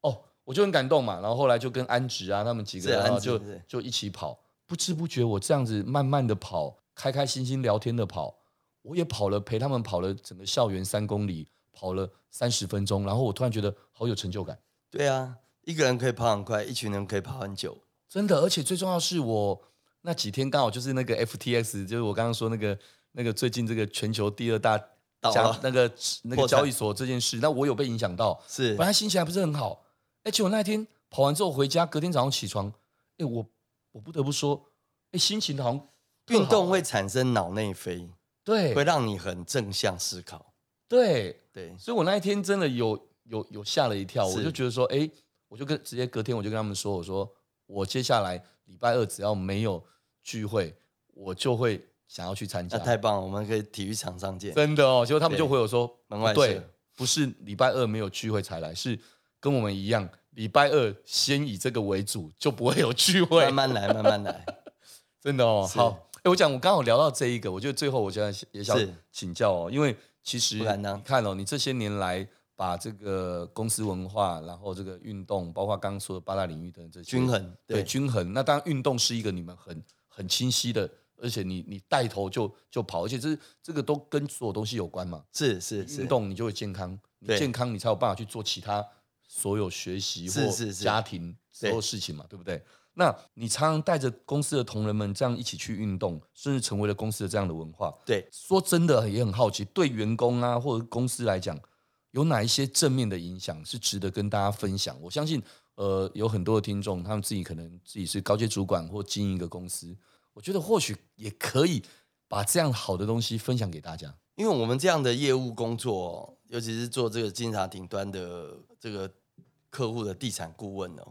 B: 哦，”
D: 哦，我就很感动嘛。然后后来就跟安植啊他们几
B: 是
D: 个人，然后
B: 安植
D: 就是就一起跑。不知不觉，我这样子慢慢的跑，开开心心聊天的跑，我也跑了陪他们跑了整个校园三公里，跑了三十分钟。然后我突然觉得好有成就感，
B: 对啊，一个人可以跑很快，一群人可以跑很久。
D: 真的，而且最重要的是我那几天刚好就是那个 FTX，就是我刚刚说那个那个最近这个全球第二大
B: 倒
D: 家
B: 了
D: 那个那个
B: 破产
D: 交易所这件事，那我有被影响到，
B: 是
D: 本来心情还不是很好，而且我那天跑完之后回家，隔天早上起床，哎，我我不得不说，哎，心情好像更
B: 运
D: 好
B: 动会产生脑内啡，会
D: 对
B: 让你很正向思考。
D: 对，
B: 对，
D: 所以我那一天真的有有有吓了一跳，
B: 是
D: 我就觉得说，哎，我就跟直接隔天我就跟他们说，我说我接下来礼拜二只要没有聚会，我就会想要去参加
B: 那。太棒了，我们可以体育场上见。
D: 真的哦，结果他们
B: 对
D: 就回我说，
B: 门外
D: 不对
B: 社，
D: 不是礼拜二没有聚会才来，是跟我们一样，礼拜二先以这个为主，就不会有聚会。
B: 慢慢来，慢慢 来。
D: 真的哦，
B: 是
D: 好，哎，我讲我刚好聊到这一个，我觉得最后我现在也想
B: 是
D: 请教哦，因为其实
B: 不敢当
D: 你看哦，你这些年来把这个公司文化，然后这个运动，包括刚刚说的八大领域的这些
B: 均，衡，
D: 对
B: 对，
D: 均衡。那当然，运动是一个你们很很清晰的，而且你你带头就就跑，而且这这个都跟所有东西有关嘛。
B: 是是是
D: 运，动你就会健康，你
B: 对
D: 健康你才有办法去做其他所有学习
B: 是
D: 或
B: 是是
D: 家庭所有
B: 对
D: 事情嘛，对不对？那你常常带着公司的同仁们这样一起去运动，甚至成为了公司的这样的文化。
B: 对。
D: 说真的，也很好奇，对员工啊或者公司来讲，有哪一些正面的影响是值得跟大家分享？我相信，呃，有很多的听众，他们自己可能自己是高阶主管或经营一个公司，我觉得或许也可以把这样好的东西分享给大家。
B: 因为我们这样的业务工作，哦尤其是做这个金察顶端的这个客户的地产顾问哦，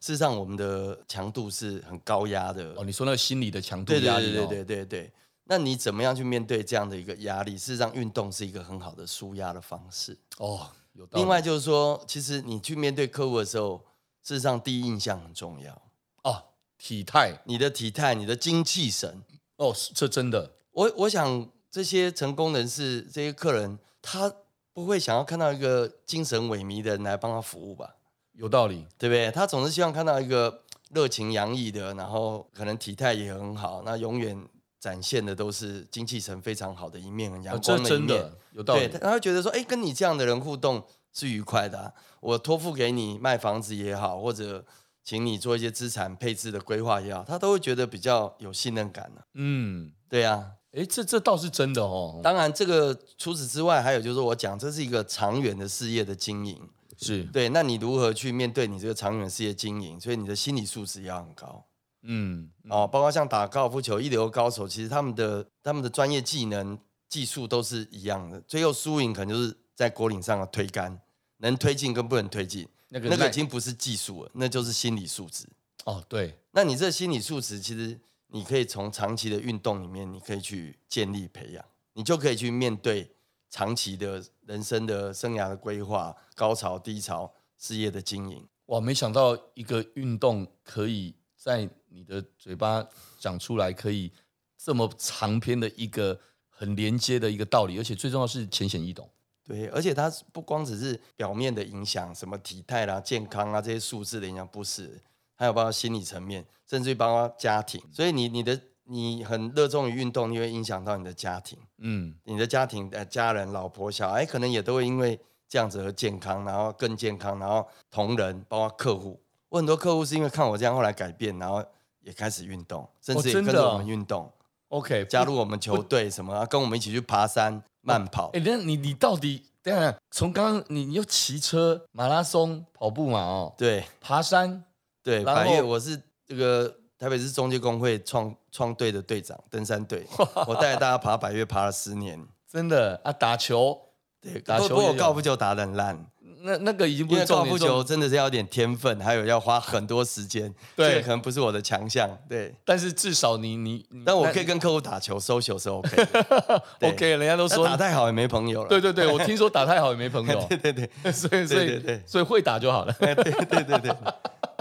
B: 事实上我们的强度是很高压的
D: 哦，你说那个心理的强度
B: 对对
D: 压力、
B: 对
D: 哦，
B: 对对对对。那你怎么样去面对这样的一个压力？事实上，运动是一个很好的舒压的方式。
D: 哦，有道理。
B: 另外就是说，其实你去面对客户的时候，事实上第一印象很重要。
D: 哦，体态
B: 你的体态、你的精气神。
D: 哦，是这真的
B: 我我想这些成功人士、这些客人，他不会想要看到一个精神萎靡的人来帮他服务吧？
D: 有道理。哦
B: 对不对？他总是希望看到一个热情洋溢的，然后可能体态也很好，那永远展现的都是精气神非常好的一面，很阳
D: 哦这
B: 光的一
D: 真
B: 面。
D: 的有道
B: 对，
D: 理。
B: 他会觉得说，哎，跟你这样的人互动是愉快的啊、我托付给你卖房子也好，或者请你做一些资产配置的规划也好，他都会觉得比较有信任感呢、
D: 嗯，
B: 对啊，
D: 哎，这这倒是真的哦。
B: 当然这个除此之外，还有就是我讲，这是一个长远的事业的经营。
D: 是，
B: 对，那你如何去面对你这个长远的事业经营？所以你的心理素质也要很高。
D: 嗯，
B: 哦，包括像打高尔夫球一流高手，其实他们的他们的专业技能、技术都是一样的，最后输赢可能就是在果岭上的推杆，能推进跟不能推进，
D: 那个
B: 那个
D: 耐
B: 已经不是技术了，那就是心理素质。
D: 哦，对，
B: 那你这心理素质，其实你可以从长期的运动里面，你可以去建立培养，你就可以去面对长期的人生的生涯的规划、高潮、低潮、事业的经营。
D: 哇，没想到一个运动可以在你的嘴巴讲出来，可以这么长篇的一个很连接的一个道理，而且最重要是浅显易懂。
B: 对，而且它是不光只是表面的影响，什么体态啦、健康啊这些数字的影响，不是，还有包括心理层面，甚至于包括家庭。所以你你的你很热衷于运动，你会影响到你的家庭，
D: 嗯，
B: 你的家庭呃家人、老婆、小孩，可能也都会因为这样子而健康，然后更健康，然后同仁包括客户，我很多客户是因为看我这样后来改变，然后也开始运动，甚
D: 哦
B: 至也
D: 真
B: 跟
D: 的
B: 着我
D: 哦
B: 们运动，
D: OK，
B: 加入我们球队什么，跟我们一起去爬山、慢跑。
D: 哎，那你你到底等一下从刚刚你你又骑车、马拉松、跑步嘛，哦，
B: 对，
D: 爬山，
B: 对，
D: 然
B: 百越
D: 后
B: 我是这个台北市中介工会创创队的队长，登山 队，我带大家爬百越爬了十年。
D: 真的啊，打球，
B: 对，
D: 打
B: 不
D: 球
B: 不过
D: 也
B: 我
D: 有
B: 高尔夫球打得很烂，
D: 那那个已经不
B: 因
D: 是
B: 为高
D: 重
B: 尔夫
D: 点，
B: 球
D: 重
B: 真的是要有点天分，还有要花很多时间，
D: 对
B: 这个可能不是我的强项。对，
D: 但是至少你你，你
B: 但我
D: 嗯那
B: 可以跟客户打球，social 是 OK 的。对
D: OK，人家都
B: 但
D: 说
B: 打太好也没朋友了。
D: 对对对，我听说打太好也没朋友，
B: 对对对
D: 所 以所
B: 对
D: 以
B: 对对
D: 所以会打就好了。
B: 对对对对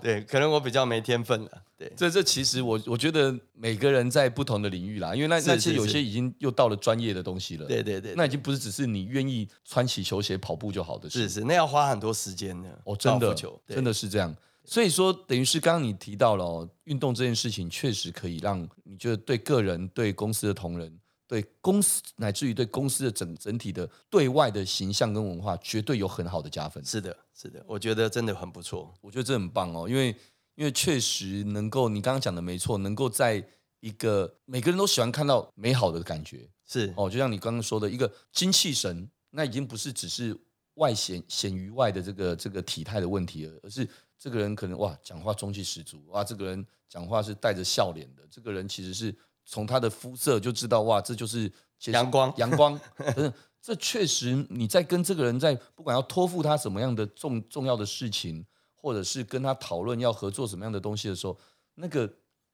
B: 对，可能我比较没天分了。对，
D: 这这其实我我觉得每个人在不同的领域啦，因为那
B: 是
D: 那些
B: 是
D: 有
B: 是
D: 些已经又到了专业的东西了，
B: 对对对，
D: 那已经不是只是你愿意穿起球鞋跑步就好的事
B: 是是，那要花很多时间的。
D: 哦，真
B: 高尔
D: 的
B: 夫球对
D: 真的是这样。所以说，等于是刚刚你提到了、哦、运动这件事情，确实可以让你觉得对个人、对公司的同仁、对公司乃至于对公司的整整体的对外的形象跟文化，绝对有很好的加分。
B: 是的，是的，我觉得真的很不错。
D: 我觉得这很棒哦，因为因为确实能够，你刚刚讲的没错，能够在一个每个人都喜欢看到美好的感觉
B: 是
D: 哦，就像你刚刚说的，一个精气神，那已经不是只是外显显于外的这个这个体态的问题了，而是这个人可能哇讲话中气十足，哇这个人讲话是带着笑脸的，这个人其实是从他的肤色就知道哇这就是其实
B: 阳光
D: 阳光， 真的，这确实你在跟这个人在不管要托付他什么样的重重要的事情，或者是跟他讨论要合作什么样的东西的时候，那个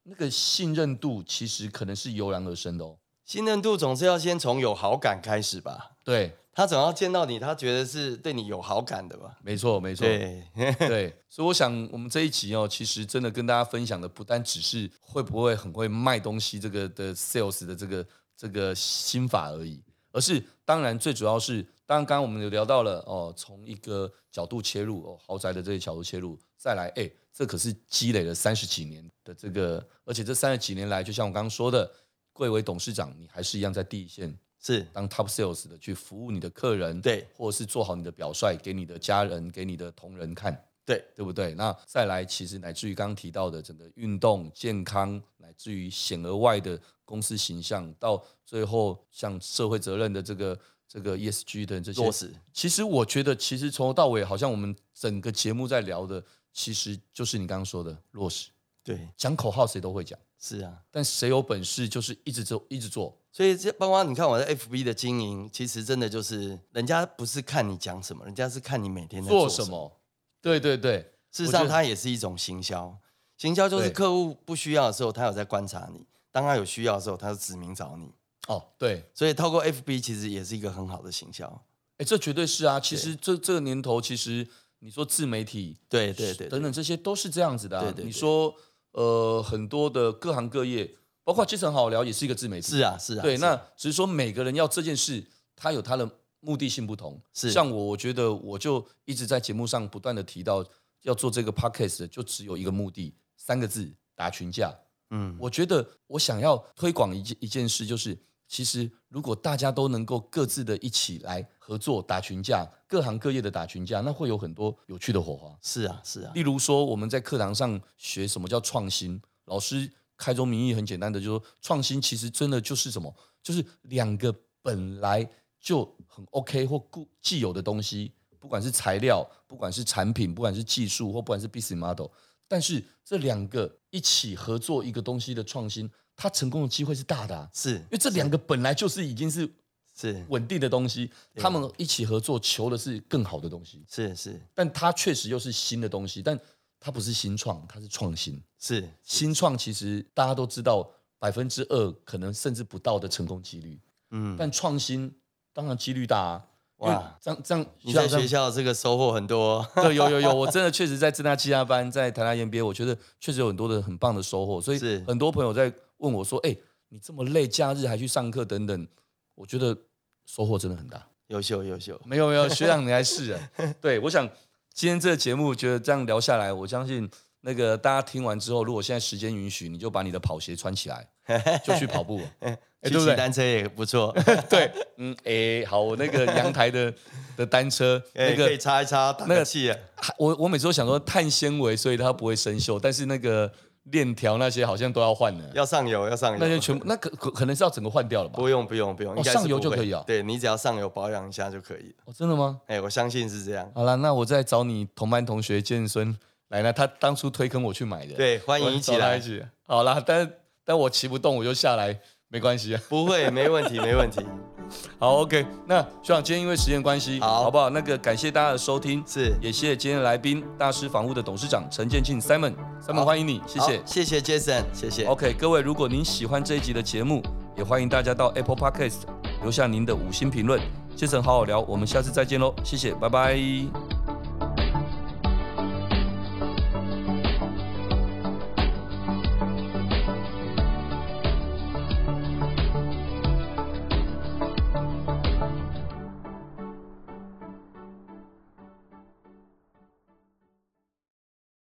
D: 那个信任度其实可能是油然而生的哦。
B: 信任度总是要先从有好感开始吧。
D: 对，
B: 他总要见到你，他觉得是对你有好感的吧？
D: 没错，没错，
B: 对，
D: 对所以我想我们这一集哦，其实真的跟大家分享的不单只是会不会很会卖东西这个的 sales 的这个这个心法而已，而是当然最主要是，当然刚刚我们有聊到了哦，从一个角度切入哦，豪宅的这些角度切入，再来哎，这可是积累了三十几年的这个，而且这三十几年来，就像我刚刚说的，贵为董事长，你还是一样在第一线
B: 是
D: 当 top sales 的去服务你的客人，
B: 对，
D: 或者是做好你的表率，给你的家人、给你的同仁看，
B: 对，
D: 对不对？那再来，其实乃至于刚刚提到的整个运动、健康，乃至于显而外的公司形象，到最后像社会责任的这个这个 ESG 的这些
B: 落实
D: 其实我觉得，其实从头到尾，好像我们整个节目在聊的，其实就是你刚刚说的落实。
B: 对，
D: 讲口号谁都会讲，
B: 是啊。
D: 但谁有本事就是一直做，一直做。
B: 所以这包括你看我在 FB 的经营，其实真的就是人家不是看你讲什么，人家是看你每天在
D: 做
B: 做
D: 什
B: 么。
D: 么？对对对，
B: 事实
D: 我觉
B: 上，
D: 得
B: 它也是一种行销。行销就是
D: 对
B: 客户不需要的时候，他有在观察你；当他有需要的时候，他就指名找你。
D: 哦，对，
B: 所以透过 FB 其实也是一个很好的行销。
D: 哎，这绝对是啊。其实这这个年头，其实你说自媒体
B: 对对对对
D: 等等这些都是这样子的啊、
B: 对对对
D: 你说呃很多的各行各业，包括基层好聊也是一个自媒体，
B: 是啊，是啊，
D: 对，
B: 是
D: 那
B: 啊
D: 只是说每个人要这件事，他有他的目的性不同。
B: 是
D: 像我，我觉得我就一直在节目上不断的提到，要做这个 podcast 就只有一个目的，三个字：打群架。
B: 嗯，
D: 我觉得我想要推广一件一件事，就是其实如果大家都能够各自的一起来合作打群架，各行各业的打群架，那会有很多有趣的火花。
B: 是啊，是啊
D: 例，如说，我们在课堂上学什么叫创新，老师开宗明义很简单的就说，创新其实真的就是什么，就是两个本来就很 OK 或固既有的东西，不管是材料，不管是产品，不管是技术，或不管是 business model，但是这两个一起合作一个东西的创新，它成功的机会是大的、啊，
B: 是，
D: 因为这两个本来就是已经是
B: 是
D: 稳定的东西，他们一起合作求的是更好的东西。
B: 是是
D: 但它确实又是新的东西，但它不是新创，它是创新。
B: 是
D: 新创其实大家都知道，百分之二可能甚至不到的成功几率，
B: 嗯，
D: 但创新当然几率大啊。
B: 哇
D: 哇，这样这样，
B: 你在
D: 这 样
B: 学校这个收获很多，
D: 对有有有，我真的确实在正大七大班，在台大研 b 我觉得确实有很多的很棒的收获。所以
B: 是
D: 很多朋友在问我说：“哎、你这么累，假日还去上课等等。”我觉得收获真的很大。
B: 优秀优 秀，
D: 没有没有，学长你还是啊。 对，我想今天这个节目，觉得这样聊下来，我相信那个大家听完之后，如果现在时间允许，你就把你的跑鞋穿起 来，就去跑步了。
B: 去
D: 哎对不
B: 骑
D: 对
B: 单车也不 错，
D: 对，嗯，哎，好，我那个阳台的的单 车，
B: 哎
D: 那
B: 可以
D: 个
B: 擦一擦，打
D: 那
B: 个
D: 个
B: 气啊，
D: 我我每次都想说碳纤维，所以它不会生锈，但是那个链条那些好像都要换 了，
B: 要上油要上
D: 那些
B: 油，
D: 全部那可可可能是要整个换掉了吧？
B: 不用不用不用，应该是
D: 上油就
B: 不会
D: 可以哦
B: 对你只要上油保养一下就可以了，
D: 哦，真的吗？
B: 哎，我相信是这样。
D: 好了，那我再找你同班同学健身来呢，他当初推坑我去买的。
B: 对，欢迎一起来
D: 一，起。好啦，但但我骑不动，我就下来，没关系啊。
B: 不会，没问题，没问题，
D: 好，OK。那学长，今天因为时间关系，
B: 好
D: 好不好？那个感谢大家的收听，
B: 是，
D: 也谢谢今天的来宾大师房屋的董事长陈建庆 Simon，Simon
B: 好
D: 欢迎你， 谢谢
B: 好。谢谢 Jason，谢谢，
D: OK，各位，如果您喜欢这一集的节目，也欢迎大家到 Apple Podcast 留下您的五星评论。杰森好好聊，我们下次再见喽，谢谢，拜拜。